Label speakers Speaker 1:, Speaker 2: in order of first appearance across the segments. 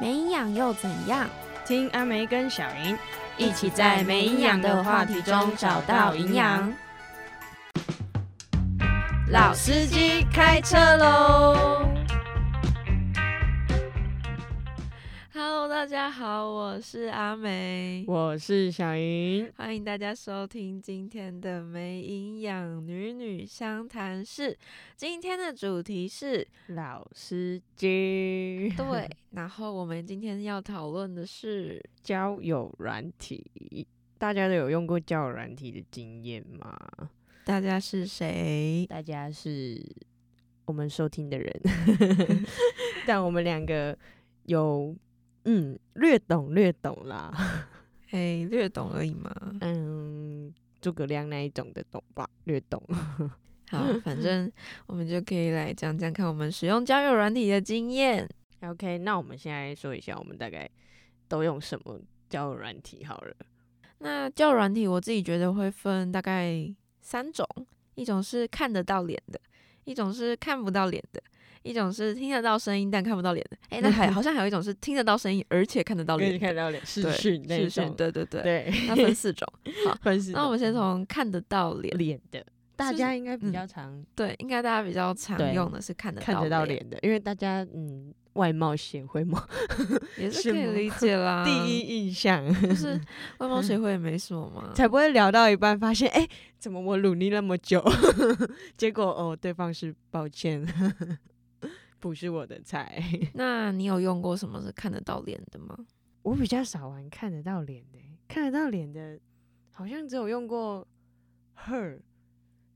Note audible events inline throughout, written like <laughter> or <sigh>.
Speaker 1: 没营养又怎样？
Speaker 2: 听阿梅跟小莹
Speaker 1: 一起在没营养的话题中找到营养。。老司机开车喽！Hello，大家好，我是阿梅，
Speaker 2: 我是小莹，
Speaker 1: 欢迎大家收听今天的《没营养女女相谈室》。今天的主题是
Speaker 2: 老司机
Speaker 1: <laughs> 对，然后我们今天要讨论的是
Speaker 2: 交友软体，大家都有用过交友软体的经验吗？
Speaker 1: 大家是谁？
Speaker 2: 大家是我们收听的
Speaker 1: <laughs>
Speaker 2: 人，但我们两个有嗯略懂略懂啦，
Speaker 1: 哎，略懂而已嘛。
Speaker 2: 嗯，诸葛亮那一种的懂吧，略懂。
Speaker 1: 好，反 <laughs> 正我们就可以来讲讲看我们使用交友软体的经验。
Speaker 2: OK，那我们现在说一下，我们大概都用什么交友软体好了。
Speaker 1: 那交友软体我自己觉得会分大概三种，一种是看得到脸的，一种是看不到脸的。一种是听得到声音但看不到脸的，哎、那 <laughs> 还好像还有一种是听得到声音而且看得到
Speaker 2: 我
Speaker 1: 脸
Speaker 2: 给你
Speaker 1: 的，
Speaker 2: 看到脸视
Speaker 1: 对
Speaker 2: 讯那
Speaker 1: 是
Speaker 2: 一
Speaker 1: 是，
Speaker 2: 种，
Speaker 1: 对对对，
Speaker 2: 对，
Speaker 1: 那分四种。
Speaker 2: 分 <laughs> 是嗯
Speaker 1: 那我们先从看得到脸，
Speaker 2: 脸的，大
Speaker 1: 是
Speaker 2: 家应该
Speaker 1: 嗯
Speaker 2: 比较常
Speaker 1: 对，应该大家比较常
Speaker 2: 对
Speaker 1: 用的是看得
Speaker 2: 看得
Speaker 1: 到
Speaker 2: 到，脸的，因为大家嗯外貌协会嘛，
Speaker 1: 也是
Speaker 2: 是
Speaker 1: 可以
Speaker 2: 吗
Speaker 1: 理解啦。
Speaker 2: <laughs> 第一印嗯象 <laughs>
Speaker 1: 就是外貌协会也没什么嘛，
Speaker 2: 才不会聊到一半发现，哎，怎么我努力那么久， <laughs> 结果哦对方是抱歉， <laughs> 不是我的菜。
Speaker 1: 那你有用过什么是看得到脸的吗？
Speaker 2: 我比较少玩看得到脸的欸、看得到脸的，好像只有用过 her，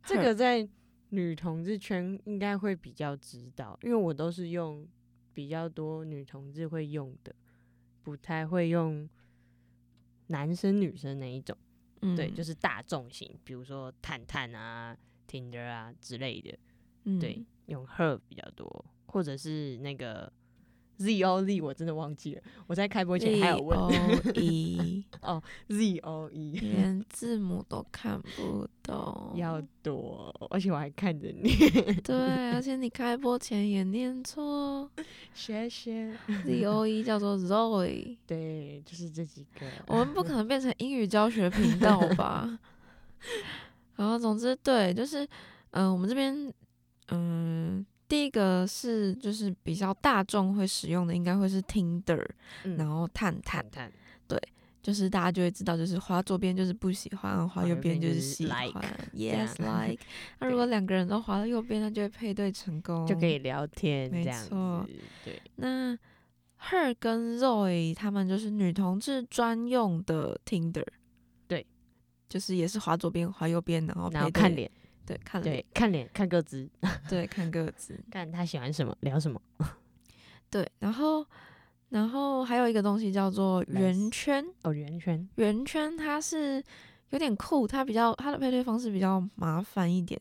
Speaker 2: 这
Speaker 1: Her
Speaker 2: 个在女同志圈应该会比较知道，因为我都是用比较多女同志会用的，不太会用男生女生那一种，
Speaker 1: 嗯，、
Speaker 2: 对，就是是大众型，比如说探探啊、Tinder 啊之类的，
Speaker 1: 嗯
Speaker 2: 对，用 her 比较多，或者是那个 z o z，我真的忘记了，我在开播
Speaker 1: 而
Speaker 2: 前还有问。 <laughs>
Speaker 1: 一
Speaker 2: Z O E
Speaker 1: E 连字母都看不懂，
Speaker 2: <laughs> 要多，而且我还看着你，
Speaker 1: 对，而且你开播前也念
Speaker 2: <laughs>
Speaker 1: 错
Speaker 2: 谢谢。
Speaker 1: ，Z O E 叫做 Zoe，
Speaker 2: <laughs> 对，就是这几个。
Speaker 1: 我们不可能变成英语教学频道吧？然后，总之，对，就是，嗯、我们这边，嗯、第一个是就是比较大众会使用的，应该会是 Tinder，、
Speaker 2: 嗯
Speaker 1: 然后探探
Speaker 2: 探，探，
Speaker 1: 就是大家就会知道，就是滑左边就是不喜欢，滑右边就是喜欢。
Speaker 2: 滑右边
Speaker 1: yes
Speaker 2: 这样
Speaker 1: like，那如果两个人都滑到右边，那就会配对成功，
Speaker 2: 就可以聊天
Speaker 1: 没
Speaker 2: 这样
Speaker 1: 错
Speaker 2: 子。对，
Speaker 1: 那 Her 跟 Zoe 他们就是女同志专用的 Tinder，
Speaker 2: 对，
Speaker 1: 就是也是滑左边滑右边，然后
Speaker 2: 然后
Speaker 1: 配对
Speaker 2: 看，脸，
Speaker 1: 对，看
Speaker 2: 对
Speaker 1: 脸，，
Speaker 2: 看脸，看各自，
Speaker 1: 对，看各
Speaker 2: <laughs>
Speaker 1: 自，
Speaker 2: 看他喜欢什么，聊什么。
Speaker 1: 对，然后然后还有一个东西叫做
Speaker 2: Nice
Speaker 1: 圆圈，
Speaker 2: 哦，圆圈，
Speaker 1: 圆圈它是有点酷，它比较它的配对方式比较麻烦一点，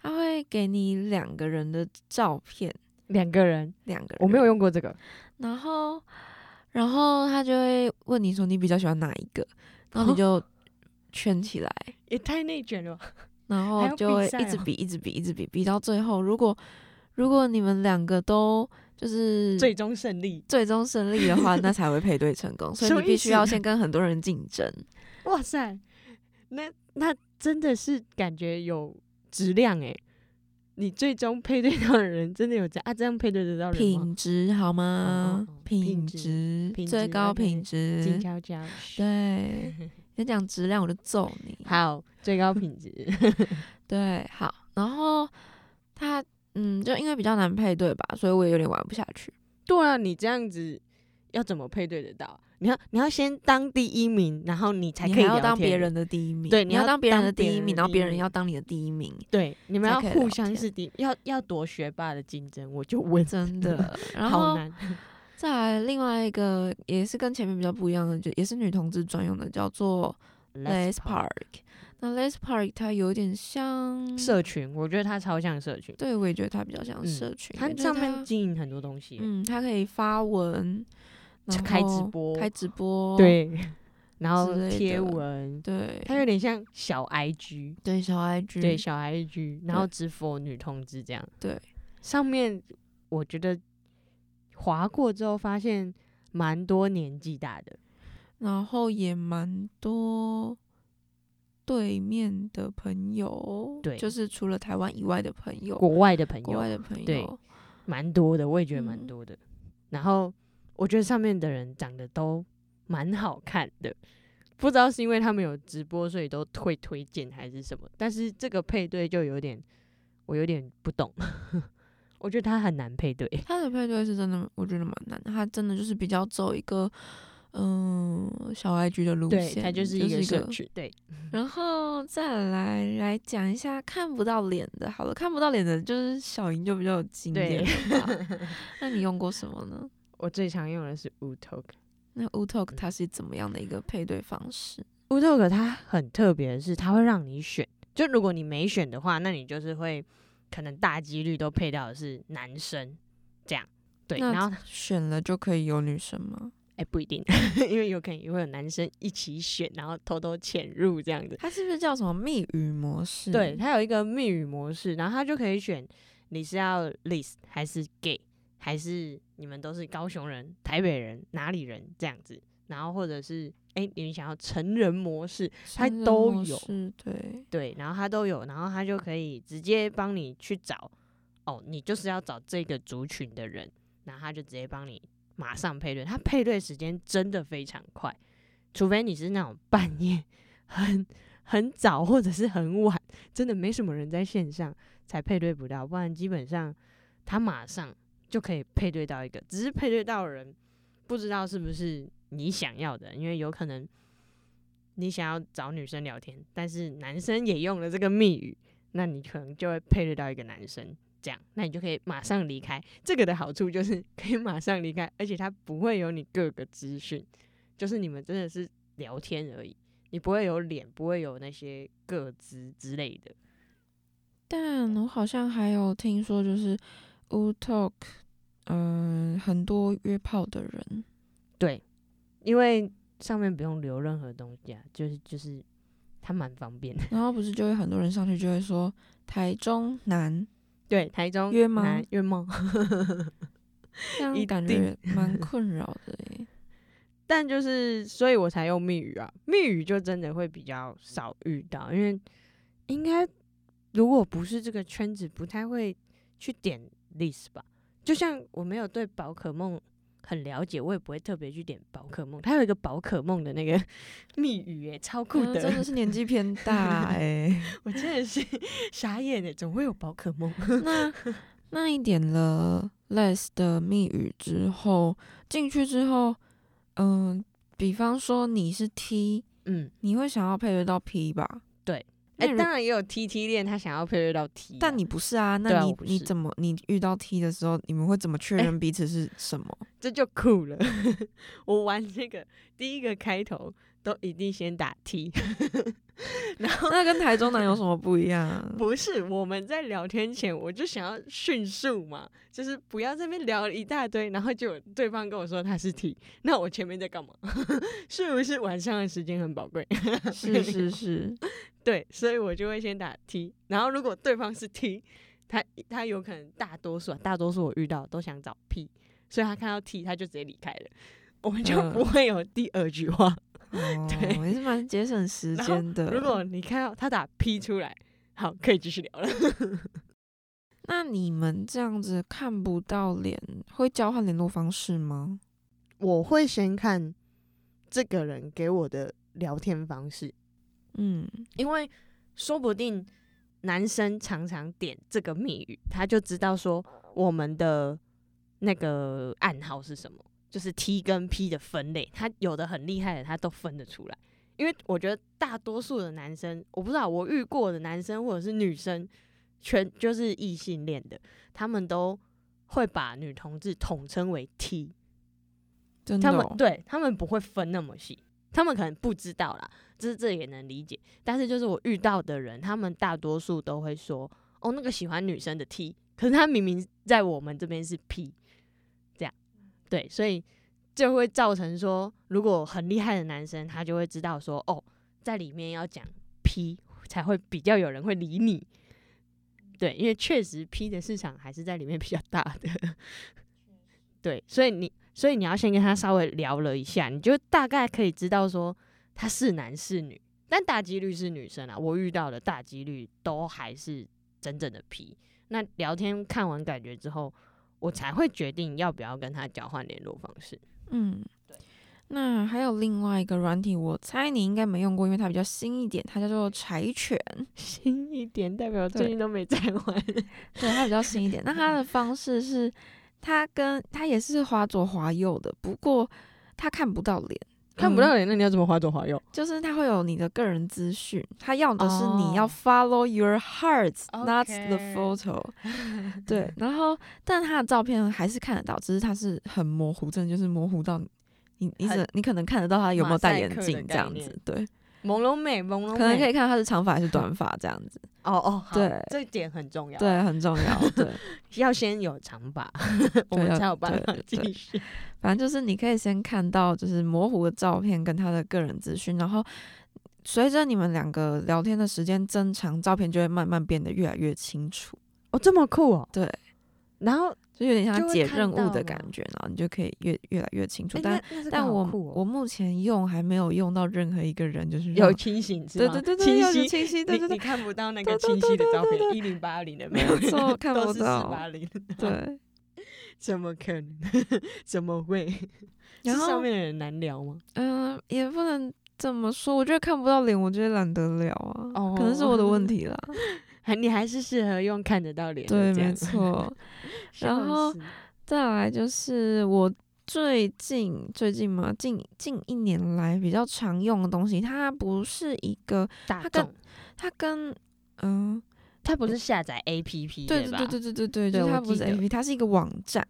Speaker 1: 它会给你两个人的照片，
Speaker 2: 两个人，
Speaker 1: 两个人，
Speaker 2: 我没有用过这个，
Speaker 1: 然后，然后他就会问你说你比较喜欢哪一个，
Speaker 2: 嗯
Speaker 1: 然后你就圈起来，
Speaker 2: 也太内卷了吧。
Speaker 1: 然
Speaker 2: 还
Speaker 1: 后
Speaker 2: 要
Speaker 1: 就
Speaker 2: 比
Speaker 1: 会
Speaker 2: 赛
Speaker 1: 一直
Speaker 2: 哦
Speaker 1: 比，一直比，一直比，比到最后，如果如果你们两个都就是
Speaker 2: <laughs> 最终胜利，
Speaker 1: 最终胜利的话，那才会配对成功，所以
Speaker 2: 什么
Speaker 1: 你必
Speaker 2: 意
Speaker 1: 须
Speaker 2: 思 <laughs>
Speaker 1: 要先跟很多人竞争。
Speaker 2: 哇塞，那那真的是感觉有质量诶、你最终配对到的人真的有这啊？这样配对得到人吗？
Speaker 1: 品质好
Speaker 2: 哦
Speaker 1: 吗
Speaker 2: 哦？
Speaker 1: 品
Speaker 2: 品质
Speaker 1: 质
Speaker 2: 品
Speaker 1: 最
Speaker 2: 质
Speaker 1: 高
Speaker 2: ，OK，静
Speaker 1: 品质，
Speaker 2: 悄悄。
Speaker 1: 对，你讲质量我就揍你。
Speaker 2: 好，最高品质。
Speaker 1: 对，好，然后他嗯，就因为比较难配对吧，所以我也有点玩不下去。
Speaker 2: 对啊，你这样子要怎么配对得到？啊你要你要先当第一名，然后你才可
Speaker 1: 你
Speaker 2: 以
Speaker 1: 还要
Speaker 2: 聊
Speaker 1: 当
Speaker 2: 天
Speaker 1: 别人。的第一名，
Speaker 2: 对
Speaker 1: 你
Speaker 2: 你
Speaker 1: 要
Speaker 2: 要
Speaker 1: 当别人
Speaker 2: 当
Speaker 1: 的
Speaker 2: 别
Speaker 1: 第一
Speaker 2: 人
Speaker 1: 名，
Speaker 2: 的
Speaker 1: 然后
Speaker 2: 第
Speaker 1: 别
Speaker 2: 一
Speaker 1: 人
Speaker 2: 名
Speaker 1: 要当你的第一名，
Speaker 2: 对，你们
Speaker 1: 才
Speaker 2: 要
Speaker 1: 可以
Speaker 2: 互
Speaker 1: 聊
Speaker 2: 相
Speaker 1: 天
Speaker 2: 是敌，要要夺学霸的竞争，我就问，
Speaker 1: 真的。然
Speaker 2: 好
Speaker 1: 后
Speaker 2: 难。
Speaker 1: 再来另外一个也是跟前面比较不一样的，就也是女同志专用的，叫做 Les
Speaker 2: Park
Speaker 1: Park。那 Les Park 它有点像，
Speaker 2: 社群，我觉得他超像社群，
Speaker 1: 对我也觉得它比较像
Speaker 2: 嗯
Speaker 1: 社群，
Speaker 2: 他
Speaker 1: 就是
Speaker 2: 上面
Speaker 1: 它
Speaker 2: 经营很多东西，
Speaker 1: 嗯，它可以发文，然
Speaker 2: 开直
Speaker 1: 后
Speaker 2: 播
Speaker 1: 开直播，
Speaker 2: 对， <laughs> 然
Speaker 1: 哦之
Speaker 2: 后
Speaker 1: 类
Speaker 2: 贴
Speaker 1: 的
Speaker 2: 文，
Speaker 1: 对，
Speaker 2: 它有点像小 IG，
Speaker 1: 对小 IG，
Speaker 2: 对，小 IG，然
Speaker 1: 嗯对
Speaker 2: 后只否女同志这样。
Speaker 1: 对，
Speaker 2: 上面我觉得划过之后发现蛮多年纪大的，
Speaker 1: 然后也蛮多对面的朋友，
Speaker 2: 对
Speaker 1: 就是除了台湾以外的朋友，
Speaker 2: 国外的朋
Speaker 1: 国外
Speaker 2: 友
Speaker 1: 的朋友，
Speaker 2: 对蛮多的，我也觉得蛮
Speaker 1: 嗯
Speaker 2: 多的。然后我觉得上面的人长得都蛮好看的，不知道是因为他们有直播，所以都会推荐还是什么。但是这个配对就有点，我有点不懂， <laughs> 我觉得他很难配对。
Speaker 1: 他的配对是真的，我觉得蛮难的。他真的就是比较走一个嗯小 IG 的路
Speaker 2: 对，
Speaker 1: 线，
Speaker 2: 他就是一
Speaker 1: 一
Speaker 2: 个社
Speaker 1: 个
Speaker 2: 区，对，
Speaker 1: 然后再来来讲一下看不到脸的，好了，看不到脸的就是小莹就比较有经验了
Speaker 2: <laughs>
Speaker 1: 吧？那你用过什么呢？
Speaker 2: 我最常用的是 u t o k
Speaker 1: 那 u t o k 它是怎么样的一个配对方式？
Speaker 2: u t o k 它很特别的是，它会让你选。就如果你没选的话，那你就是会可能大几率都配到的是男生这样。对，
Speaker 1: 那
Speaker 2: 然后
Speaker 1: <laughs> 选了就可以有女生吗？
Speaker 2: 哎、不一定， <laughs> 因为有可能也会有男生一起选，然后偷偷潜入这样子。
Speaker 1: 它是不是叫什么密语模式？
Speaker 2: 对，，它有一个密语模式，然后他就可以选你是要 list 还是 gay，还是你们都是高雄人、台北人、哪里人这样子，然后或者是哎、你想要成人模式，它
Speaker 1: 成人
Speaker 2: 都
Speaker 1: 模
Speaker 2: 有
Speaker 1: 式。对，
Speaker 2: 对，然后他都有，然后他就可以直接帮你去找，哦，你就是要找这个族群的人，然后他就直接帮你马上配对，他配对时间真的非常快，除非你是那种半夜很很早或者是很晚，真的没什么人在线上才配对不到，不然基本上他马上就可以配对到一个，只是配对到的人不知道是不是你想要的，因为有可能你想要找女生聊天，但是男生也用了这个密语，那你可能就会配对到一个男生，这样，那你就可以马上离开。这个的好处就是可以马上离开，而且它不会有你各个资讯，就是你们真的是聊天而已，你不会有脸，不会有那些各资之类的。
Speaker 1: 但我好像还有听说，就是 u t o k 嗯、很多约炮的人，
Speaker 2: 对，因为上面不用留任何东西啊，就是就是它蛮方便的。 <laughs>
Speaker 1: 然后不是就会很多人上去就会说台中男，
Speaker 2: 对，台中
Speaker 1: 约吗
Speaker 2: 男约吗？
Speaker 1: 这样
Speaker 2: 一
Speaker 1: 感
Speaker 2: 定
Speaker 1: 觉蛮困扰的
Speaker 2: <laughs>
Speaker 1: 耶。
Speaker 2: 但就是，所以我才用密语啊。密语就真的会比较少遇到，因为应该如果不是这个圈子，不太会去点 list 吧。就像我没有对宝可梦很了解，我也不会特别去点宝可梦。它有一个宝可梦的那个 <laughs> 密语、欸，超酷
Speaker 1: 嗯
Speaker 2: 的，
Speaker 1: 真的是年纪偏
Speaker 2: <laughs>
Speaker 1: 大哎、
Speaker 2: 我真的是 <laughs> 傻眼诶、怎么会有宝可梦？ <laughs>
Speaker 1: 那那你点了 less 的密语之后，进去之后，嗯、比方说你是 T，
Speaker 2: 嗯，
Speaker 1: 你会想要配对到 P 吧？
Speaker 2: 对
Speaker 1: 那
Speaker 2: 哎、
Speaker 1: 如。
Speaker 2: 当然也有 T T 恋，他想要配对到 T，啊、
Speaker 1: 但你不是啊，
Speaker 2: 对
Speaker 1: 那
Speaker 2: 啊
Speaker 1: 你、
Speaker 2: 我不
Speaker 1: 你
Speaker 2: 是
Speaker 1: 怎么你遇到 T 的时候，你们会怎么确
Speaker 2: 哎
Speaker 1: 认彼此是
Speaker 2: <laughs>
Speaker 1: 什么？
Speaker 2: 这就酷了。我玩这个第一个开头都一定先打 T，然后
Speaker 1: 那跟台中男有什么不一样啊？
Speaker 2: 不是我们在聊天前我就想要迅速嘛，就是不要这边聊一大堆，然后就有对方跟我说他是 T，那我前面在干嘛？ <laughs> 是不是晚上的时间很宝贵？
Speaker 1: 是
Speaker 2: <laughs>
Speaker 1: 是是，
Speaker 2: 对，所以我就会先打 T，然后如果对方是 T，他他有可能大多数啊，大多数我遇到都想找 P，所以他看到 T 他就直接离开了，我们就
Speaker 1: 嗯
Speaker 2: 不会有第二句话。
Speaker 1: 哦
Speaker 2: 对，
Speaker 1: 也是蛮节省时
Speaker 2: 然后
Speaker 1: 间的。
Speaker 2: 如果你看到他打 P 出来，好，可以继续聊了。
Speaker 1: 那你们这样子看不到脸，会交换联络方式吗？
Speaker 2: 我会先看这个人给我的聊天方式，
Speaker 1: 嗯，
Speaker 2: 因为说不定男生常常点这个密语，他就知道说我们的那个暗号是什么，就是 T 跟 P 的分类。他有的很厉害的，他都分得出来。因为我觉得大多数的男生，我不知道我遇过的男生或者是女生，全就是异性恋的，他们都会把女同志统称为 T。
Speaker 1: 真的
Speaker 2: 他
Speaker 1: 哦、
Speaker 2: 们对他们不会分那么细，他们可能不知道啦，这这也能理解。但是就是我遇到的人，他们大多数都会说，哦，那个喜欢女生的 T，可是他明明在我们这边是 P，这样对，所以就会造成说，如果很厉害的男生，他就会知道说，哦，在里面要讲 P 才会比较有人会理你。对，因为确实 P <laughs> 的市场还是在里面比较大的，对，所以你所以你要先跟他稍微聊了一下，你就大概可以知道说他是男是女，但大几率是女生啊。我遇到的大几率都还是真正的 P。那聊天看完感觉之后，我才会决定要不要跟他交换联络方式。
Speaker 1: 嗯，那还有另外一个软体，我猜你应该没用过，因为它比较新一点，它叫做柴犬。
Speaker 2: 新一点代表
Speaker 1: 最
Speaker 2: 最近都没在 <laughs> 玩，
Speaker 1: 对，它比较新一点。那
Speaker 2: 嗯
Speaker 1: 它的方式是，它跟它也是滑左滑右的，不过它看不到脸，嗯
Speaker 2: 脸，那你要怎么滑左滑右？
Speaker 1: 就是它会有你的个人资讯，它要的是
Speaker 2: 哦
Speaker 1: 你要 follow your heart, not the
Speaker 2: OK <laughs>
Speaker 1: photo。对，然后但它的照片还是看得到，只是它是很模糊，真的就是模糊到你你你
Speaker 2: 很
Speaker 1: 只你可能看得到它有没有
Speaker 2: 马赛
Speaker 1: 戴眼
Speaker 2: 克的
Speaker 1: 镜这
Speaker 2: 概
Speaker 1: 样
Speaker 2: 念
Speaker 1: 子，对，
Speaker 2: 朦胧美，朦胧美，
Speaker 1: 可能可以看到它是长发还是短发这样子，
Speaker 2: 哦哦，好
Speaker 1: 对
Speaker 2: 这一点很重要，，啊
Speaker 1: 对，很重要，
Speaker 2: <laughs>
Speaker 1: 对。
Speaker 2: 要先有长发， <laughs> 我
Speaker 1: <laughs> 对
Speaker 2: 们
Speaker 1: 要
Speaker 2: 才有办法
Speaker 1: 对对
Speaker 2: 继续。
Speaker 1: 反正就是你可以先看到就是模糊的照片跟他的个人资讯，然后随着你们两个聊天的时间增长，照片就会慢慢变得越来越清楚，
Speaker 2: 哦，这么酷哦，
Speaker 1: 对，
Speaker 2: 然后
Speaker 1: 就有点
Speaker 2: 就
Speaker 1: 像
Speaker 2: 会
Speaker 1: 解
Speaker 2: 看
Speaker 1: 任务
Speaker 2: 到
Speaker 1: 的
Speaker 2: 吗
Speaker 1: 感觉，然后你就可以越越来越清楚。
Speaker 2: 哎
Speaker 1: 但
Speaker 2: 那那这个
Speaker 1: 但
Speaker 2: 好
Speaker 1: 我、
Speaker 2: 酷哦
Speaker 1: 我目前用还没有用到任何一个人，就是
Speaker 2: 有
Speaker 1: 让
Speaker 2: 清醒是
Speaker 1: 嗯对
Speaker 2: 吗？
Speaker 1: 对对对
Speaker 2: 清
Speaker 1: 要有
Speaker 2: 晰。
Speaker 1: 清晰，对
Speaker 2: 你你
Speaker 1: 对对
Speaker 2: 看不到那
Speaker 1: 对
Speaker 2: 个
Speaker 1: 对
Speaker 2: 清
Speaker 1: 对
Speaker 2: 晰的
Speaker 1: 对
Speaker 2: 照
Speaker 1: 对
Speaker 2: 片，
Speaker 1: 对
Speaker 2: 一零八零的
Speaker 1: 没
Speaker 2: 没有 <laughs>
Speaker 1: 有错看
Speaker 2: 都
Speaker 1: 不
Speaker 2: 是四
Speaker 1: 到
Speaker 2: 八零，
Speaker 1: 对。
Speaker 2: <laughs> 怎么可能？ <laughs> 怎么会？
Speaker 1: 然
Speaker 2: 是
Speaker 1: 后
Speaker 2: 上面的人难聊吗？
Speaker 1: 嗯、也不能这么说，我觉得看不到脸，我觉得懒得聊啊，
Speaker 2: 哦
Speaker 1: 可能是我的问
Speaker 2: <laughs>
Speaker 1: 题啦。
Speaker 2: 还你还是适合用看得到脸
Speaker 1: 对，
Speaker 2: 的这
Speaker 1: 没
Speaker 2: 样。
Speaker 1: 错。
Speaker 2: <laughs>
Speaker 1: 然
Speaker 2: 笑
Speaker 1: 后
Speaker 2: 死
Speaker 1: 再来就是我最近最近嘛，近近一年来比较常用的东西，它不是一个，
Speaker 2: 大
Speaker 1: 它跟
Speaker 2: 众，
Speaker 1: 它跟嗯，
Speaker 2: 它不是下载 APP 的
Speaker 1: 对对
Speaker 2: 吧
Speaker 1: 对对对对
Speaker 2: 对
Speaker 1: 对，就是
Speaker 2: 我
Speaker 1: 它不
Speaker 2: 记
Speaker 1: 是
Speaker 2: 得
Speaker 1: A P P，它是一个网站，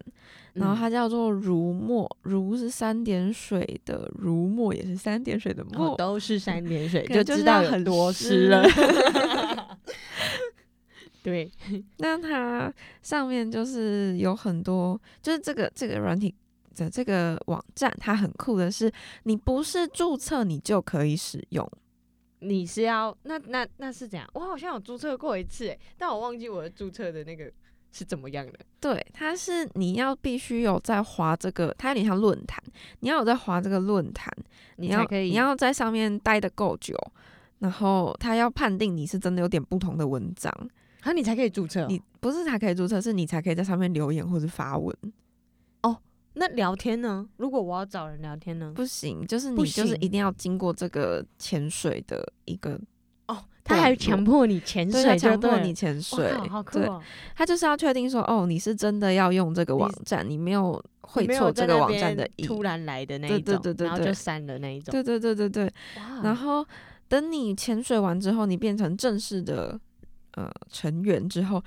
Speaker 1: 然后
Speaker 2: 嗯
Speaker 1: 它叫做如墨，如是三点水的如墨，也是三点水的
Speaker 2: 然后
Speaker 1: 墨，
Speaker 2: 都是三点水，
Speaker 1: 可能
Speaker 2: 就是知道
Speaker 1: 要
Speaker 2: 有
Speaker 1: 很
Speaker 2: 多湿
Speaker 1: 湿
Speaker 2: 了。 <laughs> 对，
Speaker 1: 那它上面就是有很多，就是这个这个软体的这个网站，它很酷的是，你不是注册你就可以使用。
Speaker 2: 你是要那那那是怎样？我好像有注册过一次欸，但我忘记我的注册的那个是怎么样的。
Speaker 1: 对，它是你要必须有在滑这个，它有点像论坛，你要有在滑这个论坛，你
Speaker 2: 才
Speaker 1: 要
Speaker 2: 可以，
Speaker 1: 你要在上面待得够久，然后它要判定你是真的有点不同的文章，
Speaker 2: 啊，你才可以注册哦。
Speaker 1: 你不是才可以注册，是你才可以在上面留言或者发文，
Speaker 2: 那聊天呢？如果我要找人聊天呢？
Speaker 1: 不行，就是你
Speaker 2: 不
Speaker 1: 就是
Speaker 2: 行
Speaker 1: 一定要经过这个潜水的一个，
Speaker 2: 哦，他
Speaker 1: 对
Speaker 2: 还
Speaker 1: 我
Speaker 2: 强迫你潜
Speaker 1: 对，
Speaker 2: 水，
Speaker 1: 它
Speaker 2: 就
Speaker 1: 强迫
Speaker 2: 对了
Speaker 1: 你潜水
Speaker 2: 哇，好酷
Speaker 1: 对，
Speaker 2: 哦！
Speaker 1: 它就是要确定说，哦，你是真的要用这个
Speaker 2: 你
Speaker 1: 网站，你没有会
Speaker 2: 你没有
Speaker 1: 错
Speaker 2: 在
Speaker 1: 这个
Speaker 2: 那
Speaker 1: 网站
Speaker 2: 边
Speaker 1: 的意，
Speaker 2: 突然来的那
Speaker 1: 对
Speaker 2: 一
Speaker 1: 对
Speaker 2: 种，
Speaker 1: 对对
Speaker 2: 然后
Speaker 1: 对
Speaker 2: 就删了那一种。
Speaker 1: 对对对对对。
Speaker 2: 哇
Speaker 1: 然后等你潜水完之后，你变成正式的呃成员之后，